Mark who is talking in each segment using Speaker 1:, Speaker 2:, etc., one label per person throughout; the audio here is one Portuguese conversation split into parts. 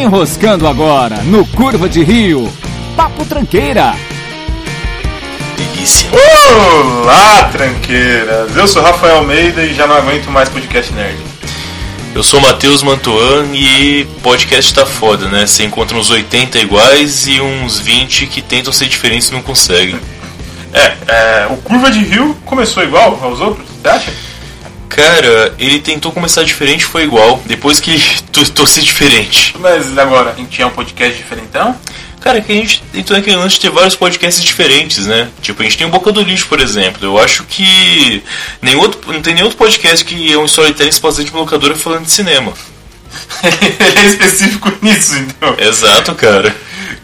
Speaker 1: Enroscando agora no Curva de Rio. Papo Tranqueira.
Speaker 2: Delícia.
Speaker 3: Olá, tranqueiras! Eu sou Rafael Almeida e já não aguento mais podcast nerd.
Speaker 2: Eu sou Matheus Mantuan e podcast tá foda, né? Você encontra uns 80 iguais e uns 20 que tentam ser diferentes e não conseguem.
Speaker 3: É, é, o Curva de Rio começou igual aos outros, você acha?
Speaker 2: Cara, ele tentou começar diferente foi igual, depois que ele tentou ser diferente.
Speaker 3: Mas agora, a gente é um podcast diferentão?
Speaker 2: Cara, que a gente entrou naquele lance de ter vários podcasts diferentes, né? Tipo, a gente tem o Boca do Lixo, por exemplo. Eu acho que nenhum outro, não tem nenhum outro podcast que é um storytelling se passando de uma locadora falando de cinema.
Speaker 3: Ele é específico nisso, então.
Speaker 2: Exato, cara.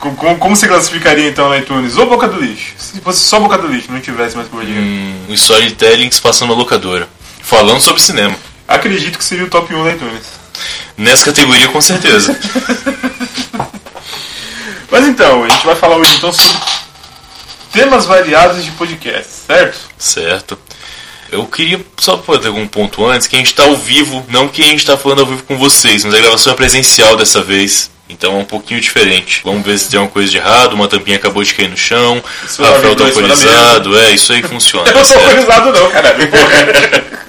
Speaker 3: Com- Como, como você classificaria então no iTunes? Ou Boca do Lixo? Se fosse só Boca do Lixo, não tivesse mais Curva de Rio.
Speaker 2: Um storytelling que se passa numa locadora. Falando sobre cinema.
Speaker 3: Acredito que seria o top 1 no iTunes.
Speaker 2: Nessa categoria, com certeza.
Speaker 3: Mas então, a gente vai falar hoje então sobre temas variados de podcast, certo?
Speaker 2: Certo. Eu queria só fazer algum ponto antes, que a gente tá ao vivo, não que a gente tá falando ao vivo com vocês, mas a gravação é presencial dessa vez. Então é um pouquinho diferente. Vamos ver se tem alguma coisa de errado, uma tampinha acabou de cair no chão,
Speaker 3: Isso é
Speaker 2: Rafael
Speaker 3: algo
Speaker 2: tá
Speaker 3: dois para
Speaker 2: alcoolizado, é, isso aí que funciona.
Speaker 3: Eu não
Speaker 2: tá
Speaker 3: sou
Speaker 2: certo.
Speaker 3: organizado não, caralho.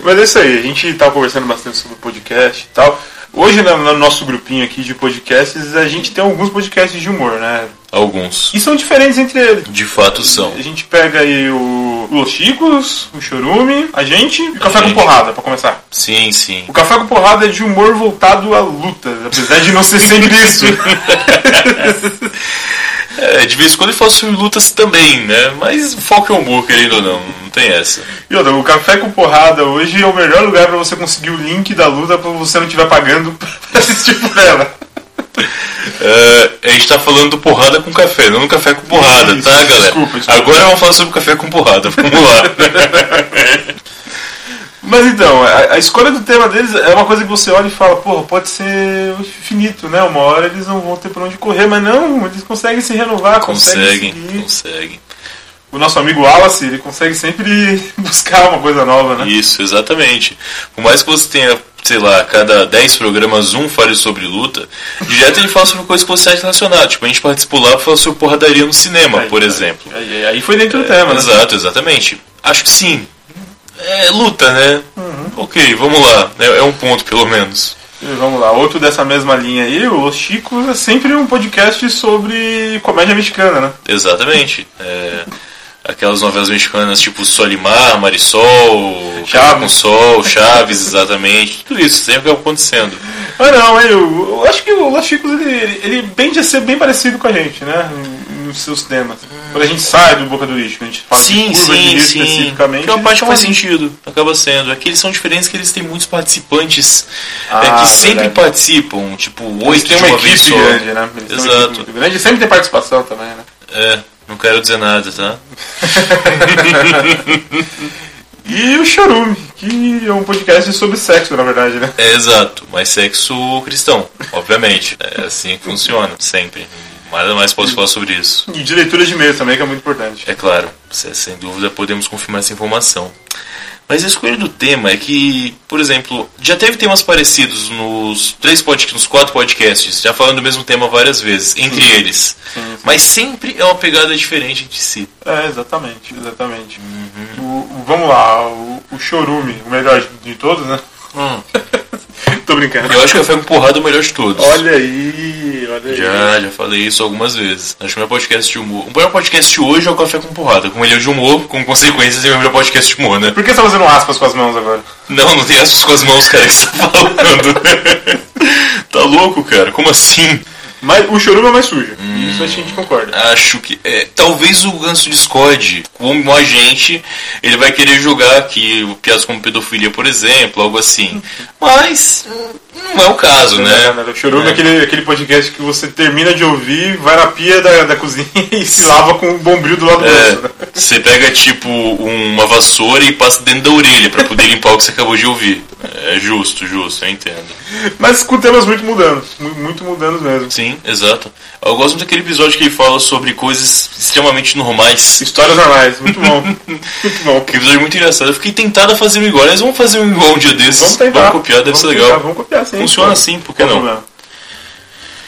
Speaker 3: Mas é isso aí, a gente tava conversando bastante sobre podcast e tal. Hoje né, no nosso grupinho aqui de podcasts, a gente tem alguns podcasts de humor, né?
Speaker 2: Alguns.
Speaker 3: E são diferentes entre eles.
Speaker 2: De fato são.
Speaker 3: A gente pega aí o Los Chicos, o Chorume, a gente e o Café
Speaker 2: gente.
Speaker 3: com Porrada, pra começar.
Speaker 2: Sim, sim.
Speaker 3: O Café com Porrada é de humor voltado à luta, apesar de não ser sempre isso.
Speaker 2: É, de vez em quando eu faço lutas também, né? Mas o foco é o humor, querendo ou não. Não tem essa.
Speaker 3: E outra, o Café com Porrada hoje é o melhor lugar pra você conseguir o link da luta pra você não estiver pagando pra assistir por ela.
Speaker 2: É, a gente tá falando do porrada com café, não café com porrada,
Speaker 3: Isso,
Speaker 2: tá, galera?
Speaker 3: desculpa, desculpa.
Speaker 2: Agora vamos falar sobre café com porrada, vamos lá.
Speaker 3: Mas então, a, a escolha do tema deles é uma coisa que você olha e fala, porra, pode ser finito, né? Uma hora eles não vão ter pra onde correr, mas não, eles conseguem se renovar,
Speaker 2: conseguem,
Speaker 3: conseguem, seguir.
Speaker 2: conseguem.
Speaker 3: O nosso amigo Wallace, ele consegue sempre buscar uma coisa nova, né?
Speaker 2: Isso, exatamente. Por mais que você tenha, sei lá, a cada 10 programas, um fale sobre luta, direto ele fala sobre coisas que você acha relacionada. Tipo, a gente participou lá e falou sobre porradaria no cinema,
Speaker 3: Aí,
Speaker 2: por
Speaker 3: aí,
Speaker 2: exemplo.
Speaker 3: Aí, aí- aí foi dentro do tema, né?
Speaker 2: É, Exato, exatamente. Acho que sim. É luta, né?
Speaker 3: Uhum.
Speaker 2: Ok, vamos lá. É- é um ponto, pelo menos.
Speaker 3: E Vamos lá, outro dessa mesma linha aí, o Chico é sempre um podcast sobre comédia mexicana, né?
Speaker 2: Exatamente. É, aquelas novelas mexicanas tipo Solimar, Marisol, Café com Sol, Chaves, exatamente. Tudo isso sempre acontecendo.
Speaker 3: Mas Ah, não, eu, eu acho que o Los Chicos ele, ele, ele tende a ser bem parecido com a gente, né? Nos seus temas. Quando a gente sai do Boca do Lixo, quando a gente fala de curva de rio especificamente.
Speaker 2: Que é uma
Speaker 3: eles
Speaker 2: parte que
Speaker 3: estão
Speaker 2: faz
Speaker 3: ali.
Speaker 2: sentido. Acaba sendo. É que eles são diferentes que eles têm muitos participantes
Speaker 3: Ah,
Speaker 2: é, que
Speaker 3: verdade.
Speaker 2: sempre participam. Tipo,
Speaker 3: Eles
Speaker 2: oito de
Speaker 3: têm
Speaker 2: uma,
Speaker 3: uma
Speaker 2: vez
Speaker 3: equipe
Speaker 2: só.
Speaker 3: grande, né? Eles têm uma
Speaker 2: Exato.
Speaker 3: equipe muito grande e sempre tem participação também, né?
Speaker 2: É, não quero dizer nada, tá?
Speaker 3: E o Chorume, que é um podcast sobre sexo, na verdade, né?
Speaker 2: É exato. Mas sexo cristão, obviamente. É assim que funciona, sempre. Nada mais posso falar sobre isso.
Speaker 3: E de leitura de e-mail também, que é muito importante.
Speaker 2: É claro, se- sem dúvida podemos confirmar essa informação. Mas a escolha do tema é que, por exemplo, já teve temas parecidos nos três podcasts, nos quatro podcasts, já falando do mesmo tema várias vezes, entre eles.
Speaker 3: sim.
Speaker 2: Mas sempre é uma pegada diferente de si.
Speaker 3: É, exatamente, exatamente.
Speaker 2: Uhum.
Speaker 3: O- o- vamos lá, o, o Chorume, o melhor de todos, né? Tô brincando.
Speaker 2: Eu acho que eu fui porrada o melhor de todos.
Speaker 3: Olha aí, olha aí.
Speaker 2: Já, já falei isso algumas vezes. Acho que o meu podcast de humor. O melhor podcast de hoje é o Café com Porrada. Como ele é de humor, com consequências, ele é o melhor podcast de humor, né?
Speaker 3: Por que você tá fazendo aspas com as mãos agora?
Speaker 2: Não, não tem aspas com as mãos, cara, que você tá falando. tá louco, cara? Como assim?
Speaker 3: Mas o chorume é mais sujo.
Speaker 2: Hum.
Speaker 3: Isso a gente concorda.
Speaker 2: Acho que. é, talvez o Ganso Discord, como a gente, ele vai querer jogar aqui o piadas como pedofilia, por exemplo, algo assim. Mas hum, não é o caso,
Speaker 3: Não,
Speaker 2: né?
Speaker 3: não, não. O chorume é
Speaker 2: É.
Speaker 3: aquele, aquele podcast que você termina de ouvir, vai na pia da, da cozinha e se lava com um bombril do lado do outro. né?
Speaker 2: É, você pega tipo uma vassoura e passa dentro da orelha pra poder limpar o que você acabou de ouvir. É justo, justo, eu entendo.
Speaker 3: Mas com temas muito mudando, mu- muito mudando mesmo.
Speaker 2: Sim, exato. Eu gosto muito daquele episódio que ele fala sobre coisas extremamente normais.
Speaker 3: Histórias anais, muito bom. muito bom.
Speaker 2: Que episódio muito engraçado. Eu fiquei tentado a fazer um igual. Mas vamos fazer um igual um dia desses.
Speaker 3: Vamos tentar.
Speaker 2: copiar, deve
Speaker 3: Vamos
Speaker 2: ser
Speaker 3: tentar,
Speaker 2: legal.
Speaker 3: Vamos copiar, sim.
Speaker 2: Funciona
Speaker 3: Pô,
Speaker 2: assim, por que
Speaker 3: pô,
Speaker 2: não?
Speaker 3: problema.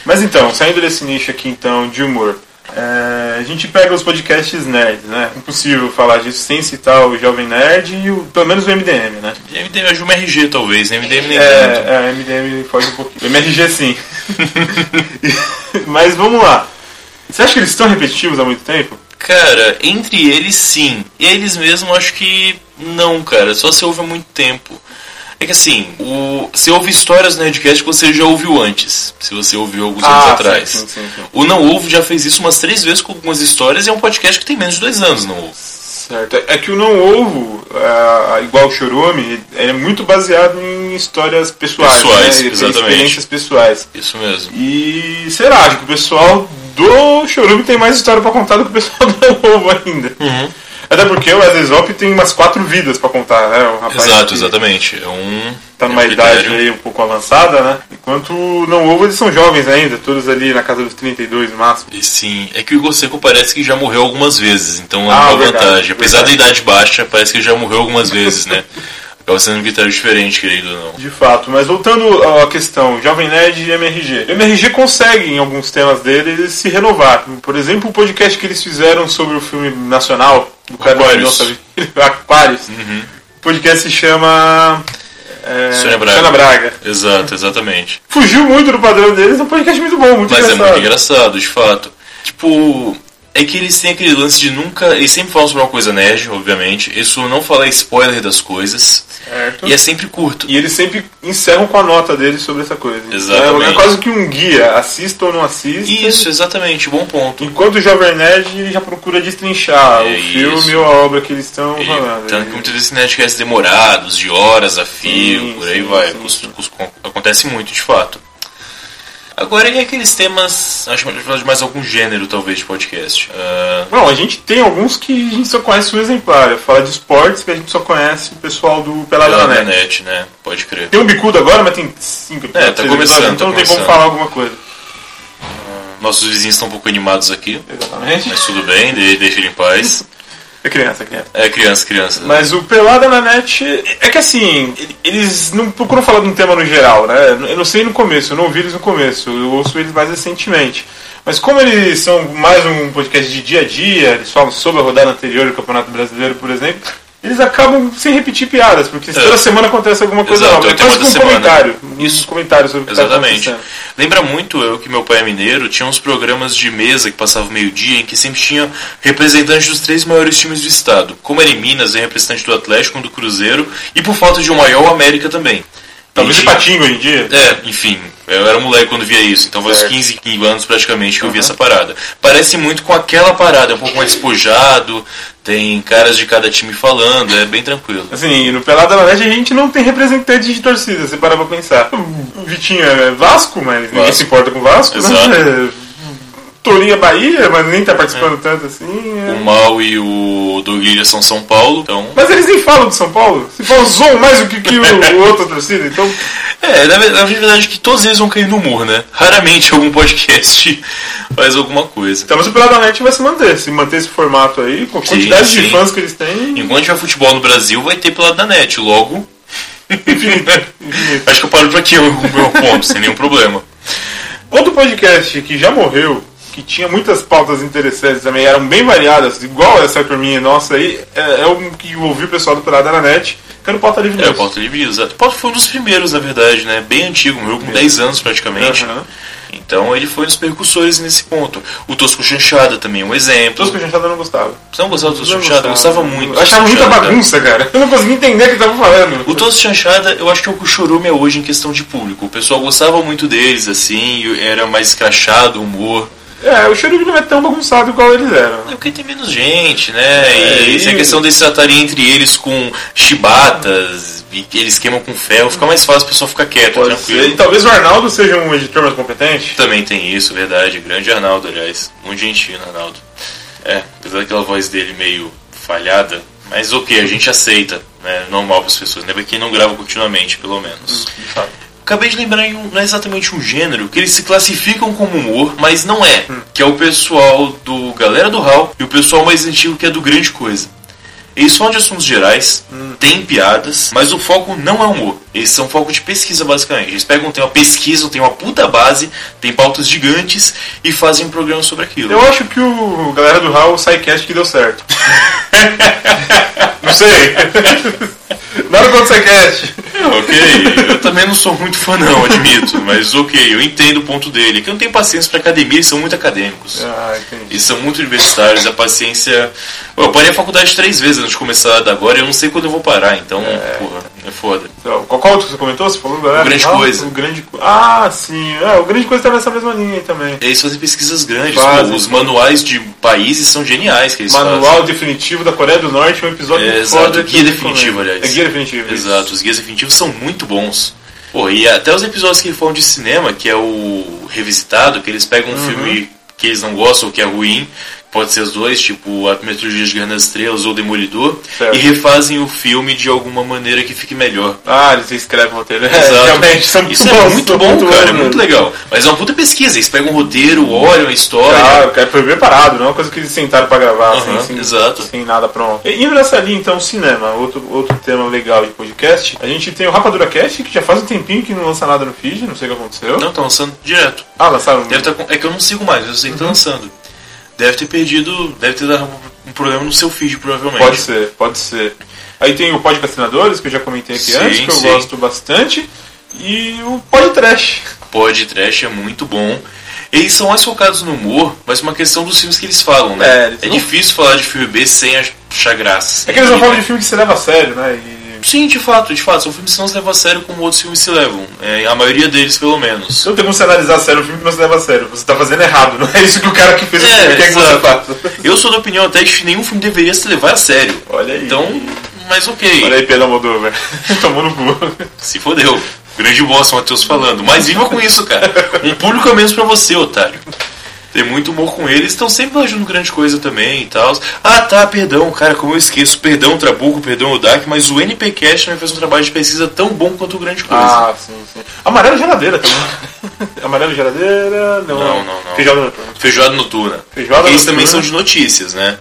Speaker 3: Mas então, saindo desse nicho aqui então de humor, é, a gente pega os podcasts nerds, né? Impossível falar disso sem citar o Jovem Nerd e o, pelo menos o MDM, né?
Speaker 2: MDM ajuda uma RG, talvez. né? MDM nem tanto.
Speaker 3: É, é, MDM foge um pouquinho. MRG sim. Mas vamos lá. Você acha que eles estão repetitivos há muito tempo?
Speaker 2: Cara, entre eles sim. Eles mesmo acho que não, cara. Só se ouve há muito tempo. É que assim, o... você ouve histórias no Nerdcast que você já ouviu antes. Se você ouviu alguns anos
Speaker 3: Ah, sim,
Speaker 2: atrás.
Speaker 3: sim, sim, sim.
Speaker 2: O Não Ovo já fez isso umas três vezes com algumas histórias e é um podcast que tem menos de dois anos, não ovo.
Speaker 3: Certo. É que o Não Ovo, ah, igual o Chorume, é muito baseado em histórias pessoais.
Speaker 2: Pessoais,
Speaker 3: né?
Speaker 2: exatamente.
Speaker 3: Experiências pessoais.
Speaker 2: Isso mesmo.
Speaker 3: E será acho que o pessoal do Chorume tem mais história pra contar do que o pessoal do Não Ovo ainda.
Speaker 2: Uhum.
Speaker 3: Até porque o Wesley Zop tem umas quatro vidas pra contar, né? O rapaz
Speaker 2: Exato,
Speaker 3: que
Speaker 2: exatamente. É um.
Speaker 3: Tá numa
Speaker 2: é um critério.
Speaker 3: idade aí um pouco avançada, né? Enquanto o Não Ovo, eles são jovens ainda, todos ali na casa dos 32 no máximo.
Speaker 2: E Sim, é que o Igor Seco parece que já morreu algumas vezes, então é
Speaker 3: Ah,
Speaker 2: uma
Speaker 3: verdade,
Speaker 2: vantagem. Apesar
Speaker 3: verdade.
Speaker 2: da idade baixa, parece que ele já morreu algumas vezes, né? Acaba sendo um critério diferente, querido ou não.
Speaker 3: De fato, mas voltando à questão Jovem Nerd e MRG. O MRG consegue, em alguns temas dele, se renovar. Por exemplo, o podcast que eles fizeram sobre o filme nacional do Carlos
Speaker 2: Aquários.
Speaker 3: Mendonça Filho, Aquários. O podcast se chama. É,
Speaker 2: Uhum. Sônia Braga.
Speaker 3: Sônia Braga.
Speaker 2: Exato, exatamente.
Speaker 3: Fugiu muito do padrão deles, é um podcast muito bom, muito
Speaker 2: Mas é
Speaker 3: engraçado.
Speaker 2: muito engraçado, de fato. Tipo, é que eles têm aquele lance de nunca. Eles sempre falam sobre uma coisa nerd, obviamente. Isso não falar spoiler das coisas.
Speaker 3: Certo.
Speaker 2: E é sempre curto.
Speaker 3: E eles sempre encerram com a nota deles sobre essa coisa.
Speaker 2: Exatamente.
Speaker 3: É, é quase que um guia. Assista ou não assista.
Speaker 2: Isso, exatamente, bom ponto.
Speaker 3: Enquanto o Jovem Nerd ele já procura destrinchar
Speaker 2: É
Speaker 3: o filme
Speaker 2: isso. tá
Speaker 3: ou a obra que eles estão né?
Speaker 2: E,
Speaker 3: falando.
Speaker 2: tanto que muitas vezes nerdcasts demorados, de horas a fio,
Speaker 3: Sim,
Speaker 2: por aí
Speaker 3: sim,
Speaker 2: vai.
Speaker 3: sim,
Speaker 2: Cus- cus- com- acontece muito, de fato. Agora, e aqueles temas. Acho melhor falar de mais algum gênero, talvez, de podcast. Ah,
Speaker 3: Não, a gente tem alguns que a gente só conhece o exemplar. Fala de esportes que a gente só conhece o pessoal do Pelada
Speaker 2: pela
Speaker 3: da Net.
Speaker 2: internet, né? Pode crer.
Speaker 3: Tem um bicudo agora, mas tem cinco
Speaker 2: É, tá
Speaker 3: seis
Speaker 2: começando, tá
Speaker 3: então tem
Speaker 2: começando.
Speaker 3: como falar alguma coisa.
Speaker 2: Nossos vizinhos estão um pouco animados aqui,
Speaker 3: Exatamente.
Speaker 2: mas tudo bem, de- deixa ele em paz.
Speaker 3: É criança, é criança.
Speaker 2: É, criança, criança.
Speaker 3: Mas o Pelada na Net é que assim, eles não procuram falar de um tema no geral, né? Eu não sei no começo, eu não ouvi eles no começo, eu ouço eles mais recentemente. Mas como eles são mais um podcast de dia a dia, eles falam sobre a rodada anterior do Campeonato Brasileiro, por exemplo, eles acabam sem repetir piadas, porque toda semana acontece alguma coisa
Speaker 2: É. Exato,
Speaker 3: nova.
Speaker 2: é o
Speaker 3: É
Speaker 2: tema
Speaker 3: quase
Speaker 2: da
Speaker 3: que um
Speaker 2: semana.
Speaker 3: comentário.
Speaker 2: Isso.
Speaker 3: Um comentário sobre o que tá
Speaker 2: Exatamente.
Speaker 3: acontecendo.
Speaker 2: Lembra muito eu que meu pai é mineiro, tinha uns programas de mesa que passavam meio-dia em que sempre tinha representantes dos três maiores times do estado. Como era em Minas, é representante do Atlético, um do Cruzeiro e por falta de um maior, o América também.
Speaker 3: Talvez
Speaker 2: E-
Speaker 3: de patinho hoje em dia.
Speaker 2: É, enfim, eu era moleque quando via isso, então faz
Speaker 3: Certo.
Speaker 2: 15, 15 anos praticamente que eu vi essa parada. Parece muito com aquela parada, é um pouco mais despojado, tem caras de cada time falando, é bem tranquilo.
Speaker 3: Assim, no Pelada na Net a gente não tem representantes de torcida, você parar pra pensar. O Vitinho é Vasco, mas ninguém
Speaker 2: Vasco.
Speaker 3: se importa com o Vasco,
Speaker 2: Exato.
Speaker 3: né? Torinha Bahia, mas nem tá participando tanto assim. é.
Speaker 2: O Mal e o Doguilha são São Paulo, então
Speaker 3: Mas eles nem falam de São Paulo. Se falam zoam mais do que, que o, o outro torcida, então.
Speaker 2: É, na ve- na verdade que todos eles vão cair no humor, né? Raramente algum podcast faz alguma coisa.
Speaker 3: Então mas o Pelada na Net vai se manter, se manter esse formato aí, com a
Speaker 2: Sim,
Speaker 3: quantidade
Speaker 2: sim.
Speaker 3: de fãs que eles têm.
Speaker 2: Enquanto tiver futebol no Brasil, vai ter pelado da net. Logo, acho que eu paro pra aqui o meu ponto, sem nenhum problema.
Speaker 3: Outro podcast que já morreu, que tinha muitas pautas interessantes também, eram bem variadas, igual essa turminha nossa aí, é, é um que envolvia o pessoal do Pelada na Net, que era o Pauta Livre
Speaker 2: É, o
Speaker 3: News.
Speaker 2: Pauta Livre, exato. O Pauta foi um dos primeiros, na verdade, né? Bem antigo, morreu com 10 anos praticamente.
Speaker 3: Aham.
Speaker 2: Então ele foi um dos percussores nesse ponto. O Tosco Chanchada também é um exemplo.
Speaker 3: Todos que eu já não gostava.
Speaker 2: Você não gostava do Tosco
Speaker 3: Não
Speaker 2: Chanchada? Eu gostava muito. do
Speaker 3: Eu achava
Speaker 2: Tosco
Speaker 3: muita
Speaker 2: Chanchada.
Speaker 3: bagunça, cara. Eu não conseguia entender o que estavam falando.
Speaker 2: O Tosso Chanchada, eu acho que é o que o Chorume é hoje em questão de público. O pessoal gostava muito deles, assim, e era mais escrachado, o humor.
Speaker 3: É, o Chernobyl não é tão bagunçado igual eles eram.
Speaker 2: É porque tem menos gente, né? E,
Speaker 3: É, e-
Speaker 2: se a questão deles tratarem entre eles com chibatas, e que eles queimam com ferro, fica mais fácil o pessoal ficar quieto,
Speaker 3: Pode
Speaker 2: tranquilo.
Speaker 3: ser. E talvez o Arnaldo seja um editor mais competente.
Speaker 2: Também tem isso, verdade. Grande né, Arnaldo, aliás. Muito gentil, Arnaldo. É, apesar daquela voz dele meio falhada, Mas ok, a gente aceita, né? Normal para as pessoas, né? Pra quem não grava continuamente, pelo menos.
Speaker 3: De fato.
Speaker 2: Acabei de lembrar, em um- não é exatamente um gênero, que eles se classificam como humor, mas não é. Que é o pessoal do Galera do Hall e o pessoal mais antigo que é do Grande Coisa. Eles falam de assuntos gerais, têm piadas, mas o foco não é humor. Eles são foco de pesquisa, basicamente. Eles pegam, tem uma pesquisa, tem uma puta base, tem pautas gigantes e fazem um programa sobre aquilo.
Speaker 3: Eu acho que o galera do Raul SciCast que deu certo. não sei. Nada contra o SciCast.
Speaker 2: Ok, eu também não sou muito fã não, admito, mas ok, eu entendo o ponto dele. Que eu não tenho paciência pra academia, eles são muito acadêmicos.
Speaker 3: Ah, entendi.
Speaker 2: Eles são muito universitários, a paciência. Pô, Eu parei a faculdade três vezes antes de começar a dar agora e eu não sei quando eu vou parar, então, porra, é foda.
Speaker 3: Então, qual, qual outro que você comentou? Você falou galera? do
Speaker 2: Grande
Speaker 3: Raul?
Speaker 2: Coisa.
Speaker 3: O grande Co- Ah, sim. É, o grande coisa tá nessa mesma linha aí também.
Speaker 2: Eles fazem pesquisas grandes,
Speaker 3: Fazem.
Speaker 2: pô, os manuais de países são geniais que eles fazem.
Speaker 3: Manual definitivo da Coreia do Norte, um episódio
Speaker 2: É,
Speaker 3: muito
Speaker 2: exato,
Speaker 3: foda.
Speaker 2: guia
Speaker 3: que eu
Speaker 2: definitivo,
Speaker 3: recomendo.
Speaker 2: aliás.
Speaker 3: É guia definitivo. isso.
Speaker 2: Exato, os guias definitivos são muito bons. Pô, e até os episódios que falam de cinema, que é o Revisitado, que eles pegam um
Speaker 3: Uhum.
Speaker 2: filme que eles não gostam ou que é ruim, pode ser os dois, tipo A Metrologia de Guerra nas Estrelas ou Demolidor,
Speaker 3: Certo.
Speaker 2: e refazem o filme de alguma maneira que fique melhor.
Speaker 3: Ah, eles escrevem o roteiro.
Speaker 2: Exato.
Speaker 3: É, Realmente, são
Speaker 2: Isso
Speaker 3: muito
Speaker 2: é
Speaker 3: bons,
Speaker 2: muito
Speaker 3: são
Speaker 2: bom, cara, é
Speaker 3: bons,
Speaker 2: muito
Speaker 3: né?
Speaker 2: legal. Mas é uma puta pesquisa, eles pegam um roteiro, olham a história.
Speaker 3: Claro, Tá, cara, foi preparado, não é uma coisa que eles sentaram pra gravar, assim,
Speaker 2: né? Aham,
Speaker 3: sem,
Speaker 2: exato.
Speaker 3: sem nada pronto. E indo nessa linha, então, cinema, outro, outro tema legal de podcast, a gente tem o Rapadura Cast, que já faz um tempinho que não lança nada no feed, não sei o que aconteceu.
Speaker 2: Não, tá lançando direto.
Speaker 3: Ah, lançaram
Speaker 2: Deve tá com- É que eu não sigo mais, eu sei
Speaker 3: Uhum.
Speaker 2: que tá lançando. Deve ter perdido, deve ter dado um problema no seu feed, provavelmente.
Speaker 3: Pode ser, pode ser. Aí tem o Podcastinadores, que eu já comentei aqui
Speaker 2: Sim,
Speaker 3: antes, que eu
Speaker 2: sim.
Speaker 3: gosto bastante, e o Podtrash.
Speaker 2: Pod Trash é muito bom. Eles são mais focados no humor, mas uma questão dos filmes que eles falam,
Speaker 3: É,
Speaker 2: né?
Speaker 3: eles
Speaker 2: É,
Speaker 3: não-
Speaker 2: difícil falar de filme B sem achar graça.
Speaker 3: É que eles não falam de filme que se leva a sério, né? E
Speaker 2: Sim, de fato, de fato. São filmes que não se levam a sério como outros filmes se levam. É, a maioria deles, pelo menos.
Speaker 3: não tem como você analisar a sério um filme que não se leva a sério. Você tá fazendo errado, não é isso que o cara que fez o filme quer que você
Speaker 2: exato.
Speaker 3: faça.
Speaker 2: Eu sou da opinião até de que nenhum filme deveria se levar a sério.
Speaker 3: Olha aí.
Speaker 2: Então, mas ok.
Speaker 3: Olha aí, Pedro Almodóvar. Tomou no cu.
Speaker 2: Se fodeu. Grande bosta, Matheus falando. Mas viva com isso, cara. Um público a menos pra você, otário. Tem muito humor com eles, estão sempre agindo grande coisa também e tal. Ah, tá, perdão, cara, como eu esqueço. Perdão, Trabuco, perdão, o DAC, mas o NPCast também fez um trabalho de pesquisa tão bom quanto o Grande Coisa.
Speaker 3: Ah, sim, sim. Amarelo geladeira também. Amarelo geladeira, não.
Speaker 2: Não, não, não.
Speaker 3: Feijoada
Speaker 2: Feijoada noturna.
Speaker 3: Feijoada
Speaker 2: eles
Speaker 3: noturna.
Speaker 2: também são de notícias, né?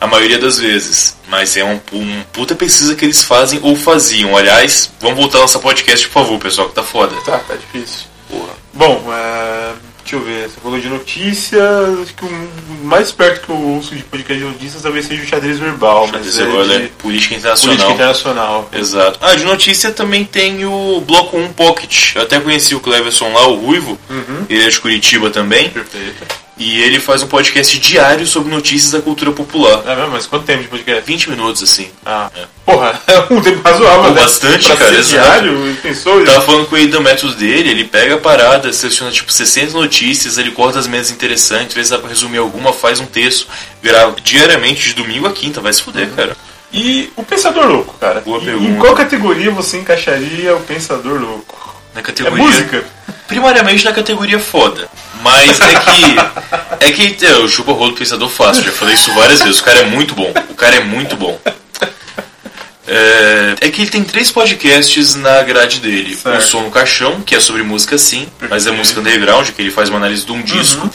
Speaker 2: A maioria das vezes. Mas é um, um puta pesquisa que eles fazem ou faziam. Aliás, vamos voltar nessa podcast, por favor, pessoal, que tá foda.
Speaker 3: Tá, tá difícil.
Speaker 2: Porra.
Speaker 3: Bom, é, deixa eu ver. Você falou de notícias. Acho que o mais perto que eu ouço de podcast de notícias talvez seja o xadrez verbal.
Speaker 2: Mas
Speaker 3: mas
Speaker 2: esse agora
Speaker 3: é
Speaker 2: é
Speaker 3: de
Speaker 2: política internacional.
Speaker 3: política internacional.
Speaker 2: Exato. Ah, de notícia também tem o Bloco 1 Pocket. Eu até conheci o Cleverson lá, o Ruivo.
Speaker 3: Uhum.
Speaker 2: Ele é de Curitiba também.
Speaker 3: Perfeito.
Speaker 2: E ele faz um podcast diário sobre notícias da cultura popular.
Speaker 3: É mesmo? Mas quanto tempo de podcast?
Speaker 2: 20 minutos, assim.
Speaker 3: Ah,
Speaker 2: É.
Speaker 3: porra, é um tempo razoável.
Speaker 2: Pô,
Speaker 3: né?
Speaker 2: bastante,
Speaker 3: pra
Speaker 2: cara,
Speaker 3: Ser
Speaker 2: exato. Tá.
Speaker 3: diário, pensou?
Speaker 2: Eu tava falando com ele do método dele, ele pega a parada, seleciona tipo 60 notícias, ele corta as menos interessantes, às vezes dá pra resumir alguma, faz um texto, grava diariamente, de domingo a quinta, vai se
Speaker 3: Uhum.
Speaker 2: fuder, cara.
Speaker 3: E o pensador louco, cara?
Speaker 2: Boa
Speaker 3: E-
Speaker 2: pergunta.
Speaker 3: Em qual categoria você encaixaria o pensador louco?
Speaker 2: Na
Speaker 3: É
Speaker 2: categoria.
Speaker 3: música?
Speaker 2: Primariamente na categoria foda. Mas é que. É que eu chupo o rolo do pensador fácil, já falei isso várias vezes. O cara é muito bom. O cara é muito bom. É, é que ele tem três podcasts na grade dele.
Speaker 3: Certo.
Speaker 2: O Som no Caixão, que é sobre música sim, mas é música underground, que ele faz uma análise de um disco.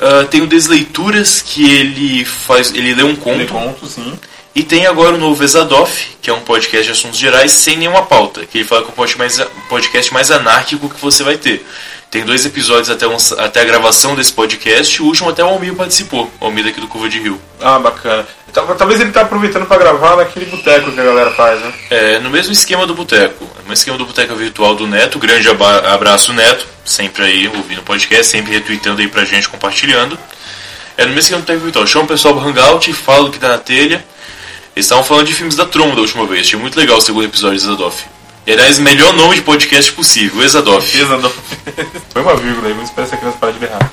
Speaker 2: Ah, tem o Desleituras, que ele faz. ele lê um
Speaker 3: Lê
Speaker 2: conto.
Speaker 3: conto, sim.
Speaker 2: E tem agora o novo Exadoff, que é um podcast de assuntos gerais sem nenhuma pauta, que ele fala que é o podcast mais- podcast mais anárquico que você vai ter. Tem dois episódios até, lança- até a gravação desse podcast, o último até o Almir participou, o Almir daqui do Curva de Rio.
Speaker 3: Ah, bacana. Tal- Talvez ele tá aproveitando pra gravar naquele boteco que a galera faz, né?
Speaker 2: É, no mesmo esquema do Boteco, no esquema do Boteca Virtual do Neto, grande aba- abraço Neto, sempre aí ouvindo o podcast, sempre retweetando aí pra gente, compartilhando. É no mesmo esquema do Boteca Virtual, chama o pessoal pro Hangout, fala o que dá na telha. Eles estavam falando de filmes da Troma da última vez, achei muito legal o segundo episódio do Zadoff. E, aliás, melhor nome de podcast possível, Exadoff.
Speaker 3: Pensador. Foi uma vírgula aí, vamos esperar essa criança parar de berrar.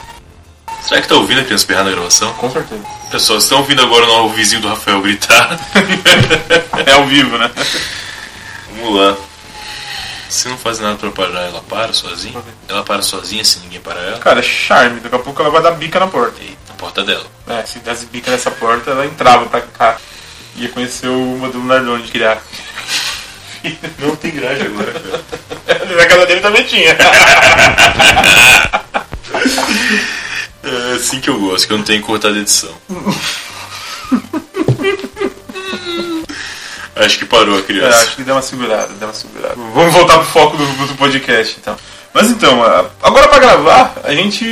Speaker 2: Será que tá ouvindo a criança berrar na gravação?
Speaker 3: Com certeza.
Speaker 2: Pessoal, vocês estão ouvindo agora o novo vizinho do Rafael gritar?
Speaker 3: É ao vivo, né?
Speaker 2: Vamos lá. Você não faz nada pra parar, ela para sozinha? Ela para sozinha se ninguém parar ela?
Speaker 3: Cara, é charme. Daqui a pouco ela vai dar bica na porta.
Speaker 2: na porta dela.
Speaker 3: É, se desse bica nessa porta, ela entrava pra cá. ia conhecer o modelo Nardone de criar.
Speaker 2: Não tem grade agora, cara.
Speaker 3: Na casa dele também tinha.
Speaker 2: É assim que eu gosto, que eu não tenho que cortar de edição. Acho que parou a
Speaker 3: É,
Speaker 2: criança.
Speaker 3: acho que deu uma segurada, deu uma segurada. Vamos voltar pro foco do, do podcast, então. Mas então, a- agora pra gravar, a gente.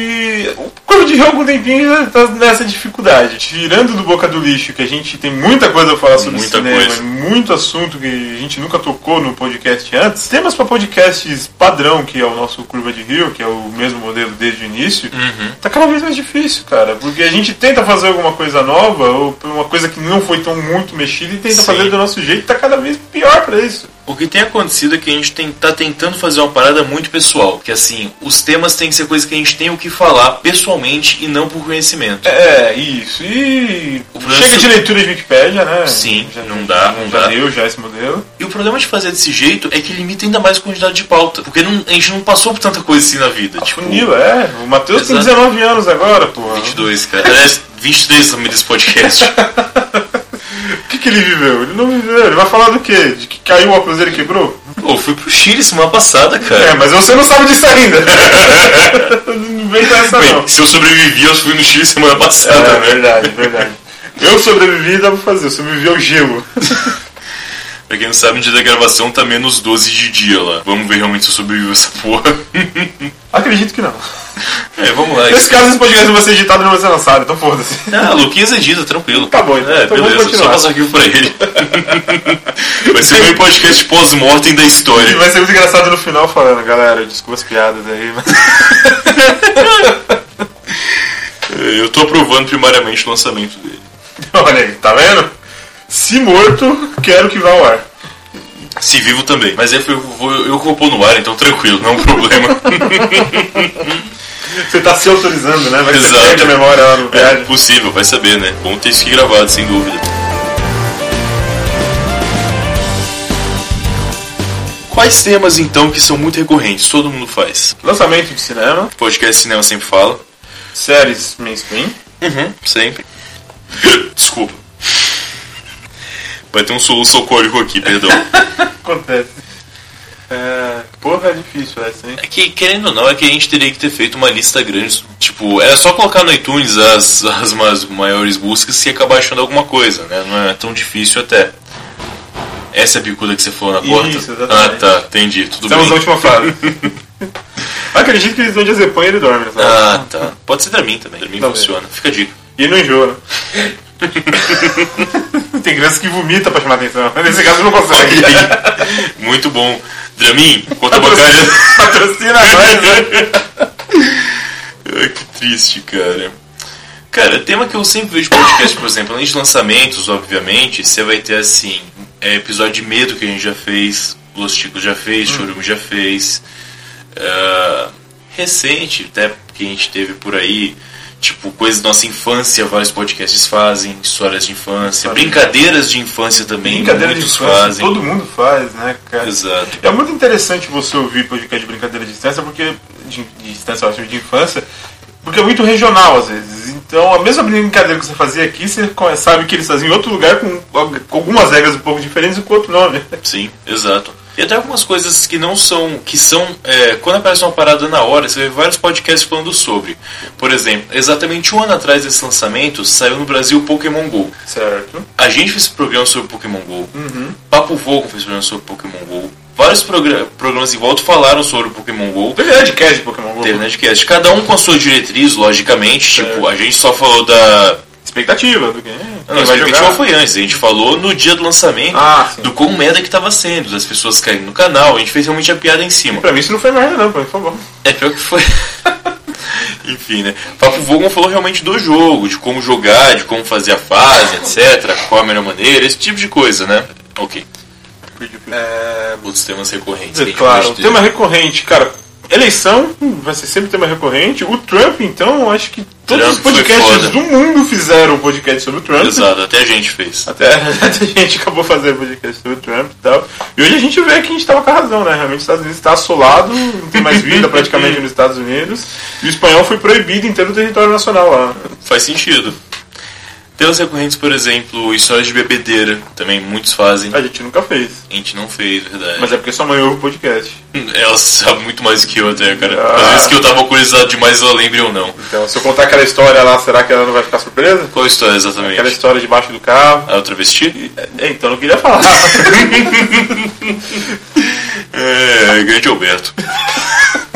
Speaker 3: O Curva de Rio há algum tempinho já tá nessa dificuldade. Tirando do boca do lixo, que a gente tem muita coisa a falar sobre
Speaker 2: Muita
Speaker 3: cinema,
Speaker 2: coisa.
Speaker 3: muito assunto que a gente nunca tocou no podcast antes. Temas pra podcasts padrão, que é o nosso Curva de Rio, que é o mesmo modelo desde o início,
Speaker 2: Uhum.
Speaker 3: tá cada vez mais difícil, cara. Porque a gente tenta fazer alguma coisa nova, ou uma coisa que não foi tão muito mexida, e tenta
Speaker 2: Sim.
Speaker 3: fazer do nosso jeito, tá cada vez pior pra isso.
Speaker 2: O que tem acontecido é que a gente tem, tá tentando fazer uma parada muito pessoal. Que assim, os temas têm que ser coisas que a gente tem o que falar pessoalmente e não por conhecimento.
Speaker 3: É, isso. E
Speaker 2: O
Speaker 3: chega
Speaker 2: lance-
Speaker 3: de leitura de Wikipédia, né?
Speaker 2: Sim, não dá, não
Speaker 3: já
Speaker 2: dá.
Speaker 3: deu já esse modelo.
Speaker 2: E o problema de fazer desse jeito é que limita ainda mais a quantidade de pauta. Porque não- a gente não passou por tanta coisa assim na vida.
Speaker 3: Tipo,
Speaker 2: Tipo,
Speaker 3: Nilo, é. O Matheus tem
Speaker 2: Exato.
Speaker 3: 19 anos agora, porra.
Speaker 2: 22, cara. É, Aliás, 23 no meio desse podcast.
Speaker 3: O que, que ele viveu? Ele não viveu. Ele vai falar do quê? De que caiu o óculos dele e quebrou?
Speaker 2: Pô, eu fui pro Chile semana passada,
Speaker 3: É,
Speaker 2: cara.
Speaker 3: mas você não sabe disso ainda. não vem com essa, não.
Speaker 2: Bem, se eu sobrevivi, eu fui no Chile semana passada, né?
Speaker 3: É, verdade, verdade. Eu sobrevivi, dá pra fazer. Eu sobrevivi ao gelo.
Speaker 2: Pra quem não sabe, no dia da gravação tá menos 12 de dia lá. Vamos ver realmente se eu sobrevivo essa porra.
Speaker 3: Acredito que não.
Speaker 2: É, vamos lá.
Speaker 3: Nesse caso, esse podcast não vai ser editado e não vai ser lançado, então foda-se.
Speaker 2: Ah, Luquinhas edita, tranquilo.
Speaker 3: Tá bom, então.
Speaker 2: É,
Speaker 3: Então vamos
Speaker 2: beleza, só
Speaker 3: continuar.
Speaker 2: passa arquivo pra ele. Vai ser o meu podcast pós-mortem da
Speaker 3: E
Speaker 2: história.
Speaker 3: vai ser muito engraçado no final falando, galera, desculpa as piadas aí, mas.
Speaker 2: É, Eu tô aprovando primariamente o lançamento dele.
Speaker 3: Olha aí, tá vendo? Se morto, quero que vá ao ar.
Speaker 2: Se vivo também. Mas eu, eu, vou- eu vou pôr no ar, então tranquilo, não é um problema.
Speaker 3: Você tá se autorizando, né? Vai que você
Speaker 2: Exato.
Speaker 3: perde a memória lá no
Speaker 2: É
Speaker 3: viagem.
Speaker 2: possível, vai saber, né? Bom ter isso aqui gravado, sem dúvida. Quais temas então que são muito recorrentes? Todo mundo faz.
Speaker 3: Lançamento de cinema,
Speaker 2: Podcast Cinema sempre fala.
Speaker 3: séries mainstream.
Speaker 2: Uhum, sempre. Desculpa. Vai ter um soluço alcoólico aqui, perdão.
Speaker 3: Acontece. É, porra, é difícil essa, hein?
Speaker 2: É que, querendo ou não, é que a gente teria que ter feito uma lista grande. Tipo, era só colocar no iTunes as, as mais- maiores buscas e acabar achando alguma coisa, né? Não é tão difícil até. Essa é a bicuda que você falou na porta?
Speaker 3: exatamente.
Speaker 2: Ah, tá, entendi. Tudo
Speaker 3: Estamos na
Speaker 2: bem.
Speaker 3: última frase. Acredito que eles dão de azepão e ele dorme, sabe?
Speaker 2: Ah, tá. Pode ser Dramin também. Dramin
Speaker 3: Talvez.
Speaker 2: funciona. Fica a dica.
Speaker 3: E ele não enjoa, né? Tem criança que vomita pra chamar atenção. Nesse caso não consegue.
Speaker 2: Muito bom. Dramin, conta bancária.
Speaker 3: Patrocina nós, né?
Speaker 2: Ai, que triste, cara. Cara, tema que eu sempre vejo em podcast, por exemplo, além de lançamentos, obviamente, você vai ter assim, é, episódio de medo que a gente já fez, Los Ticos já fez,
Speaker 3: Hum.
Speaker 2: Chorume já fez. ah, recente, até que a gente teve por aí, tipo, coisas da nossa infância, vários podcasts fazem, histórias de infância,
Speaker 3: Fazem.
Speaker 2: brincadeiras de infância também,
Speaker 3: Brincadeira de
Speaker 2: muitos
Speaker 3: infância,
Speaker 2: fazem.
Speaker 3: todo mundo faz, né, cara?
Speaker 2: Exato.
Speaker 3: É muito interessante você ouvir podcast de brincadeira de distância, porque. De, de distância, eu acho, de infância, porque é muito regional às vezes. Então a mesma brincadeira que você fazia aqui, você co- sabe que eles faziam em outro lugar com, al- com algumas regras um pouco diferentes e com outro nome.
Speaker 2: Sim, exato. E até algumas coisas que não são. que são. é, quando aparece uma parada na hora, você vê vários podcasts falando sobre. Por exemplo, exatamente um ano atrás desse lançamento, saiu no Brasil o Pokémon GO.
Speaker 3: Certo.
Speaker 2: A gente fez programa sobre Pokémon GO. Papo Vogo fez programa sobre Pokémon GO. Vários progra- programas em volta falaram sobre o Pokémon GO.
Speaker 3: Teve podcast de Pokémon GO.
Speaker 2: Teve Nerdcast. Cada um com a sua diretriz, logicamente. Tipo, a gente só falou da.
Speaker 3: Expectativa do que. eh,
Speaker 2: Não,
Speaker 3: quem
Speaker 2: Ah, mas
Speaker 3: vai
Speaker 2: o
Speaker 3: jogar.
Speaker 2: Expectativa foi antes. A gente falou no dia do lançamento
Speaker 3: Ah, sim.
Speaker 2: do quão merda que tava sendo, das pessoas caindo no canal. A gente fez realmente a piada em cima.
Speaker 3: Pra mim isso não foi merda, não, por favor.
Speaker 2: É pior que foi. Enfim, né? Papo Vogon falou realmente do jogo, de como jogar, de como fazer a fase, etc. Qual a melhor maneira, esse tipo de coisa, né? Ok.
Speaker 3: É,
Speaker 2: Outros temas recorrentes. que
Speaker 3: É
Speaker 2: a gente
Speaker 3: claro,
Speaker 2: pode ter.
Speaker 3: tema recorrente, cara. Eleição hum, vai ser sempre tema recorrente. O Trump, então, eu acho que todos
Speaker 2: Trump
Speaker 3: os
Speaker 2: foi
Speaker 3: podcasts
Speaker 2: foda.
Speaker 3: do mundo fizeram um podcast sobre o Trump.
Speaker 2: Exato, até a gente fez.
Speaker 3: Até, até a gente acabou fazendo podcast sobre o Trump e tal. E hoje a gente vê que a gente tava com a razão, né? Realmente os Estados Unidos está assolado, não tem mais vida praticamente nos Estados Unidos. E o espanhol foi proibido em todo o território nacional lá.
Speaker 2: Faz sentido. Temas recorrentes, por exemplo, histórias de bebedeira, também muitos fazem.
Speaker 3: A gente nunca fez.
Speaker 2: A gente não fez, verdade.
Speaker 3: Mas é porque sua mãe ouve o podcast.
Speaker 2: É, Ela sabe muito mais do que eu até, cara.
Speaker 3: Ah.
Speaker 2: Às vezes que eu tava curiosidade demais, ela lembra ou não.
Speaker 3: Então, se eu contar aquela história lá, será que ela não vai ficar surpresa?
Speaker 2: Qual a história exatamente? Ah,
Speaker 3: Aquela história debaixo do carro.
Speaker 2: A travesti?
Speaker 3: É, então eu não queria falar.
Speaker 2: É, grande Alberto.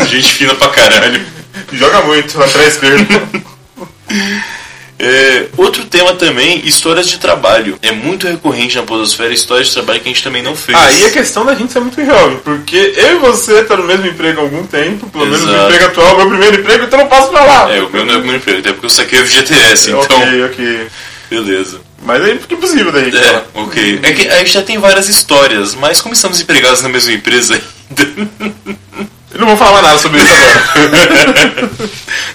Speaker 2: Gente fina pra caralho.
Speaker 3: Joga muito, lateral esquerdo.
Speaker 2: É, outro tema também, histórias de trabalho. É muito recorrente na Podosfera histórias de trabalho que a gente também não fez.
Speaker 3: Aí é questão da gente ser muito jovem, porque eu e você tá no mesmo emprego há algum tempo, pelo menos
Speaker 2: Exato.
Speaker 3: o emprego atual, é meu primeiro emprego, então eu não posso falar.
Speaker 2: É, o meu não é o meu emprego, até porque eu saquei o FGTS, então.
Speaker 3: Ok, ok.
Speaker 2: Beleza.
Speaker 3: Mas aí fica impossível da gente falar.
Speaker 2: É, ok. É que a gente já tem várias histórias, mas como estamos empregados na mesma empresa ainda.
Speaker 3: Eu não vou falar mais nada sobre isso agora.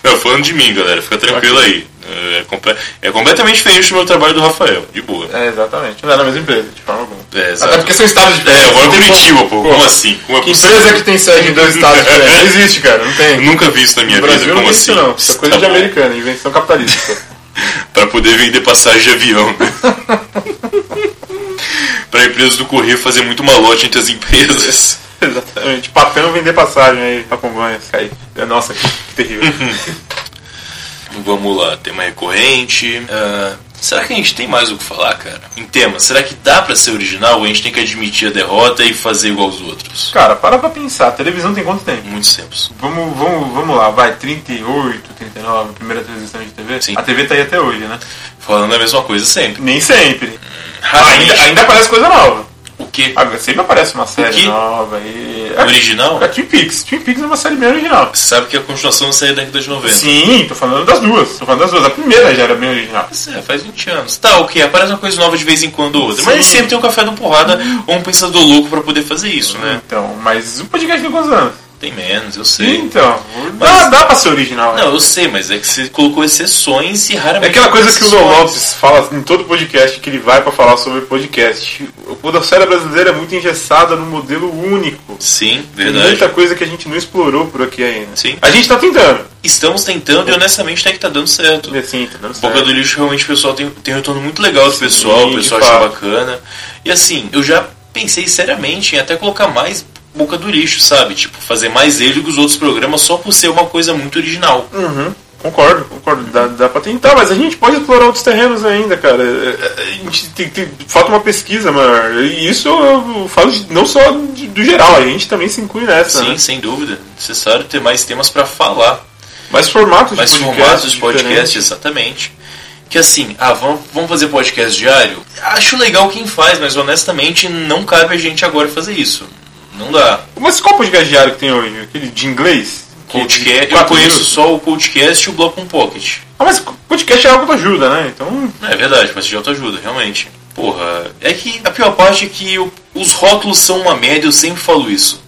Speaker 2: Não, falando de mim, galera, fica tranquilo aí. É, comple- é completamente diferente do meu trabalho do Rafael, de boa.
Speaker 3: é, exatamente. Não é na mesma empresa, de forma alguma.
Speaker 2: É,
Speaker 3: Até porque são estados
Speaker 2: É,
Speaker 3: diferentes.
Speaker 2: eu moro em
Speaker 3: não tem
Speaker 2: Curitiba, pô. Como
Speaker 3: Pô,
Speaker 2: assim? Como é
Speaker 3: Que
Speaker 2: possível?
Speaker 3: empresa que tem sede em dois estados diferentes? Não existe, cara, não tem.
Speaker 2: Eu nunca vi isso na minha
Speaker 3: No Brasil
Speaker 2: vida,
Speaker 3: não
Speaker 2: como
Speaker 3: tem
Speaker 2: assim?
Speaker 3: isso não. Isso é coisa
Speaker 2: Tá
Speaker 3: de
Speaker 2: bom.
Speaker 3: americano, invenção capitalista.
Speaker 2: Pra poder vender passagem de avião. pra empresa do correio fazer muito malote entre as empresas.
Speaker 3: Exatamente. Papel vender passagem aí pra Congonhas. Aí. É, Nossa, que terrível.
Speaker 2: Vamos lá, tema recorrente. Ah, será que a gente tem mais o que falar, cara? Em tema, será que dá pra ser original ou a gente tem que admitir a derrota e fazer igual aos outros?
Speaker 3: Cara, para pra pensar. A televisão tem quanto tempo?
Speaker 2: Muitos tempos.
Speaker 3: Vamos, vamos, vamos lá, vai, 38, 39, primeira transmissão de TV?
Speaker 2: Sim.
Speaker 3: A TV tá aí até hoje, né?
Speaker 2: Falando a mesma coisa sempre.
Speaker 3: Nem sempre.
Speaker 2: Raramente.
Speaker 3: Ainda, ainda aparece coisa nova.
Speaker 2: O quê?
Speaker 3: Agora, sempre aparece uma série
Speaker 2: quê?
Speaker 3: nova e.
Speaker 2: O original?
Speaker 3: A Twin Peaks. Twin Peaks é uma série bem original.
Speaker 2: Você sabe que é a continuação da série da década de 90.
Speaker 3: Sim, tô falando das duas. Tô falando das duas. A primeira já era bem original.
Speaker 2: Pois é, faz 20 anos. Tá, ok, aparece uma coisa nova de vez em quando ou outra.
Speaker 3: Sim.
Speaker 2: Mas sempre tem um café na porrada ou um pensador louco pra poder fazer isso, né?
Speaker 3: Então, mas o podcast tem quantos anos?
Speaker 2: Tem menos, eu sei.
Speaker 3: Então, dá,
Speaker 2: Mas-
Speaker 3: dá pra ser original. né?
Speaker 2: Não, eu sei, mas é que você colocou exceções e
Speaker 3: É
Speaker 2: raramente.
Speaker 3: aquela coisa que o Léo
Speaker 2: exceções.
Speaker 3: Lopes fala em todo podcast que ele vai pra falar sobre podcast. A série brasileira é muito engessada num modelo único.
Speaker 2: Sim,
Speaker 3: Tem
Speaker 2: verdade.
Speaker 3: muita coisa que a gente não explorou por aqui ainda.
Speaker 2: Sim.
Speaker 3: A gente tá tentando.
Speaker 2: Estamos tentando e honestamente até que tá dando certo.
Speaker 3: Assim, tá dando
Speaker 2: Boca
Speaker 3: certo.
Speaker 2: do lixo realmente o pessoal tem, tem um retorno muito legal do pessoal, o
Speaker 3: de
Speaker 2: pessoal
Speaker 3: fato.
Speaker 2: acha bacana. E assim, eu já pensei seriamente em até colocar mais boca do lixo, sabe? Tipo, fazer mais ele que os outros programas só por ser uma coisa muito original.
Speaker 3: Uhum, Concordo, concordo. Dá, dá pra tentar, mas a gente pode explorar outros terrenos ainda, cara. É, é, A gente tem, tem- falta uma pesquisa maior. E isso eu falo de- não só de- do geral, a gente também se inclui nessa.
Speaker 2: Sim,
Speaker 3: né?
Speaker 2: sem dúvida. Necessário ter mais temas pra falar.
Speaker 3: Mas formatos
Speaker 2: Mais
Speaker 3: de podcast.
Speaker 2: formatos de
Speaker 3: diferentes.
Speaker 2: podcast, exatamente. Que assim, ah, vamos, vamos fazer podcast diário? Acho legal quem faz, mas honestamente não cabe a gente agora fazer isso. Não dá.
Speaker 3: Mas qual podcast diário que tem hoje? Aquele de inglês?
Speaker 2: Coachcast, eu
Speaker 3: Quatro
Speaker 2: conheço
Speaker 3: minutos.
Speaker 2: só o Coachcast e o Bloco com Pocket.
Speaker 3: Ah, mas podcast é algo que ajuda, né? Então.
Speaker 2: É verdade, mas de autoajuda, realmente. Porra, é que a pior parte é que o- os rótulos são uma média, eu sempre falo isso.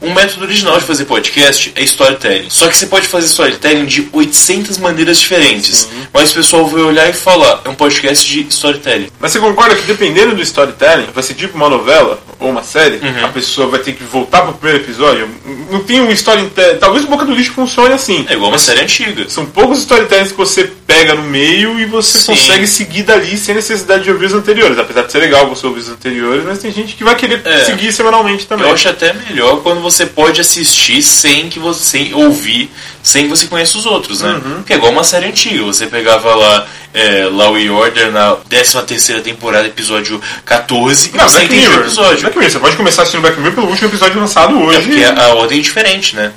Speaker 2: Um método original de fazer podcast é storytelling. Só que você pode fazer storytelling de 800 maneiras diferentes. Mas o pessoal vai olhar e falar, é um podcast de storytelling.
Speaker 3: Mas você concorda que dependendo do storytelling, vai ser tipo uma novela ou uma série,
Speaker 2: Uhum.
Speaker 3: a pessoa vai ter que voltar pro primeiro episódio? Não tem um storytelling. Talvez o Boca do Lixo funcione assim.
Speaker 2: É igual uma série antiga.
Speaker 3: São poucos storytellings que você pega no meio e você
Speaker 2: Sim.
Speaker 3: consegue seguir dali sem necessidade de ouvir os anteriores. Apesar de ser legal você ouvir os anteriores, mas tem gente que vai querer
Speaker 2: É.
Speaker 3: seguir semanalmente também.
Speaker 2: Eu acho até melhor quando você pode assistir sem que você sem ouvir, sem que você conheça os outros, né?
Speaker 3: Uhum.
Speaker 2: Porque é igual uma série antiga, você pegava lá é, Law and Order na 13 terceira temporada, episódio 14, e
Speaker 3: Não, é
Speaker 2: você
Speaker 3: Black
Speaker 2: entende o
Speaker 3: Mirror.
Speaker 2: episódio.
Speaker 3: Black Mirror. Você pode começar assistindo Black Mirror pelo último episódio lançado hoje.
Speaker 2: É porque a, a ordem é diferente, né?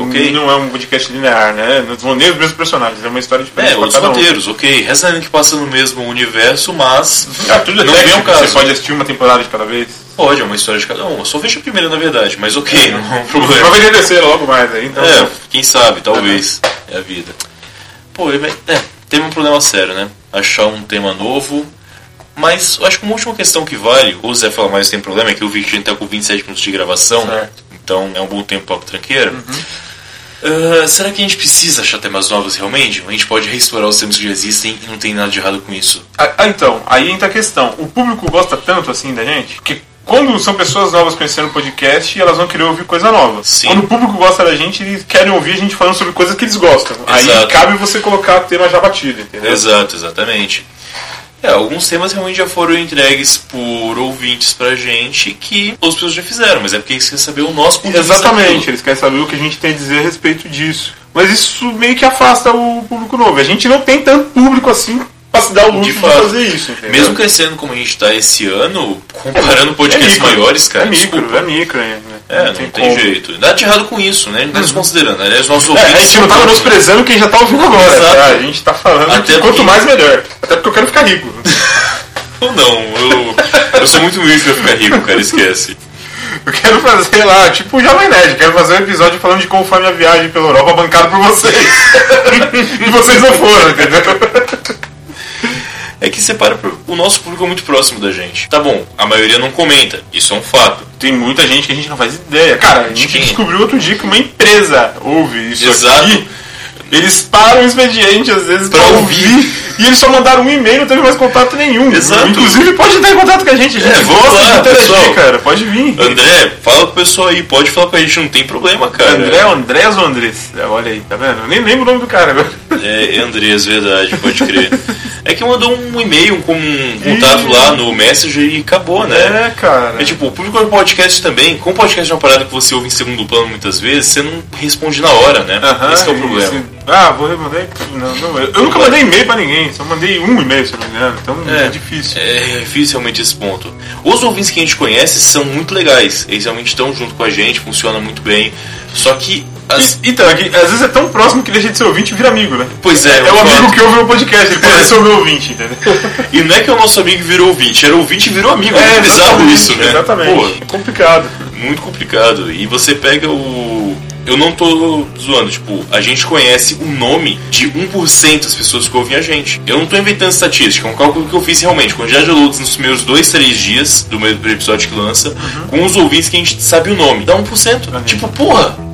Speaker 2: ok?
Speaker 3: Não é um podcast linear, né? Não vão nem os mesmos personagens, é uma história diferente
Speaker 2: É,
Speaker 3: pra
Speaker 2: outros
Speaker 3: cada um.
Speaker 2: roteiros, ok. Rezando que passa no mesmo universo, mas
Speaker 3: Ah, tudo é
Speaker 2: não
Speaker 3: técnico,
Speaker 2: vem ao caso.
Speaker 3: Você pode assistir uma temporada de cada vez.
Speaker 2: Pode, é uma história de cada um. Eu só vejo a primeira, na verdade, mas ok, não é um problema.
Speaker 3: Mas vai ter terceira logo mais aí, então.
Speaker 2: É, quem sabe, talvez. É a vida. Pô, é, é, tem um problema sério, né? Achar um tema novo. Mas eu acho que uma última questão que vale, ou o Zé fala mais tem problema, é que eu vi que a gente tá com 27 minutos de gravação,
Speaker 3: Certo. Uhum.
Speaker 2: então é um bom tempo para tranqueira. Ah, será que a gente precisa achar temas novos realmente? Ou A gente pode reestourar os temas que já existem e não tem nada de errado com isso.
Speaker 3: Ah, ah, então, aí entra a questão. O público gosta tanto assim da gente que quando são pessoas novas conhecendo o podcast, elas vão querer ouvir coisa nova.
Speaker 2: Sim.
Speaker 3: Quando o público gosta da gente, eles querem ouvir a gente falando sobre coisas que eles gostam. Aí
Speaker 2: Exato.
Speaker 3: cabe você colocar tema já batido, entendeu?
Speaker 2: Exato, exatamente. É, alguns temas realmente já foram entregues por ouvintes pra gente que outras pessoas já fizeram, mas é porque eles querem saber o nosso ponto de vista
Speaker 3: Exatamente, eles querem saber o que a gente tem a dizer a respeito disso. Mas isso meio que afasta o público novo. A gente não tem tanto público assim pra se dar o luxo de,
Speaker 2: fato.
Speaker 3: fazer isso. entendeu?
Speaker 2: Mesmo crescendo como a gente tá esse ano, comparando
Speaker 3: É
Speaker 2: podcasts
Speaker 3: micro,
Speaker 2: maiores, cara,
Speaker 3: É micro,
Speaker 2: desculpa.
Speaker 3: é micro ainda.
Speaker 2: É, não tem,
Speaker 3: como. Uhum.
Speaker 2: jeito. Nada de errado com isso, né? Não tá desconsiderando. Aliás, nossos
Speaker 3: É,
Speaker 2: ouvintes.
Speaker 3: a gente não tá menosprezando quem já tá ouvindo agora.
Speaker 2: Exato.
Speaker 3: tá? A gente tá falando
Speaker 2: Até
Speaker 3: que quanto
Speaker 2: porque-
Speaker 3: mais melhor. Até porque eu quero ficar rico.
Speaker 2: Ou não, eu, eu sou muito humilde pra ficar rico, cara, esquece.
Speaker 3: Eu quero fazer, sei lá, tipo o Jovem Nerd. Quero fazer um episódio falando de como foi a minha viagem pela Europa bancado por vocês. e vocês não foram, entendeu?
Speaker 2: É que separa. pro- O nosso público é muito próximo da gente. Tá bom, a maioria não comenta. Isso é um fato.
Speaker 3: Tem muita gente que a gente não faz ideia. Cara, a gente
Speaker 2: Sim.
Speaker 3: descobriu outro dia que uma empresa ouve isso
Speaker 2: Exato.
Speaker 3: aqui. Eles param o expediente às vezes pra,
Speaker 2: Pra
Speaker 3: ouvir.
Speaker 2: ouvir.
Speaker 3: E eles só mandaram um e-mail, não teve mais contato nenhum.
Speaker 2: Exato.
Speaker 3: Inclusive pode entrar em contato com a gente. A gente
Speaker 2: É,
Speaker 3: gosta
Speaker 2: vamos lá,
Speaker 3: de interagir,
Speaker 2: pessoal.
Speaker 3: cara. Pode vir.
Speaker 2: André, fala pro pessoal aí, pode falar com a gente, não tem problema, cara.
Speaker 3: André, Andrés ou Andrés? Olha aí, tá vendo? Eu nem lembro o nome do cara agora.
Speaker 2: É, Andrés, verdade, pode crer. É que mandou um e-mail com um contato lá no Messenger e acabou, né?
Speaker 3: É, cara.
Speaker 2: É tipo, o público do podcast também, como o podcast é uma parada que você ouve em segundo plano muitas vezes, você não responde na hora, né?
Speaker 3: Aham,
Speaker 2: Esse que é o
Speaker 3: e
Speaker 2: problema.
Speaker 3: assim, ah, vou mandar. Não, não, eu, eu nunca mandei e-mail pra ninguém, só mandei um e-mail, se eu não me engano. Então é,
Speaker 2: É.
Speaker 3: difícil.
Speaker 2: É difícil realmente esse ponto. Os ouvintes que a gente conhece são muito legais. Eles realmente estão junto com a gente, funciona muito bem. Só que. as-
Speaker 3: E, então, é que, às vezes é tão próximo que deixa de ser ouvinte e vira amigo, né?
Speaker 2: Pois é,
Speaker 3: É o
Speaker 2: eu
Speaker 3: amigo
Speaker 2: falo.
Speaker 3: que ouve meu podcast, ele parece ser o meu ouvinte, entendeu?
Speaker 2: E não é que o nosso amigo virou ouvinte, era ouvinte e virou amigo. É bizarro
Speaker 3: exatamente,
Speaker 2: isso, né?
Speaker 3: Exatamente.
Speaker 2: Pô,
Speaker 3: É complicado.
Speaker 2: muito complicado. E você pega o. Eu não tô zoando, tipo, a gente conhece o nome de 1% das pessoas que ouvem a gente. Eu não tô inventando estatística, é um cálculo que eu fiz realmente. Quantidade de downloads nos primeiros 2, 3 dias do meu primeiro episódio que lança, com os ouvintes que a gente sabe o nome. Dá 1%.
Speaker 3: Uhum.
Speaker 2: Tipo, porra,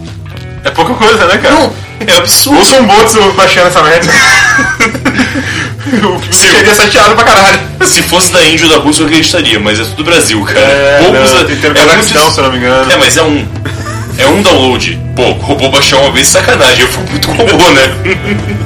Speaker 3: É pouca coisa, né, cara?
Speaker 2: não, é absurdo.
Speaker 3: Ouçam bots eu baixando essa merda. o que me
Speaker 2: Sim.
Speaker 3: deixaria chateado pra caralho.
Speaker 2: Se fosse da Índia ou da Rússia, eu acreditaria, mas é tudo Brasil, cara. Poucos
Speaker 3: não,
Speaker 2: a-
Speaker 3: tem que ter
Speaker 2: é
Speaker 3: lugar
Speaker 2: muitos-
Speaker 3: cristão, se eu não me engano.
Speaker 2: É, mas é um. É um download. Pô, robô baixar uma vez, sacanagem. Eu fui muito robô, né?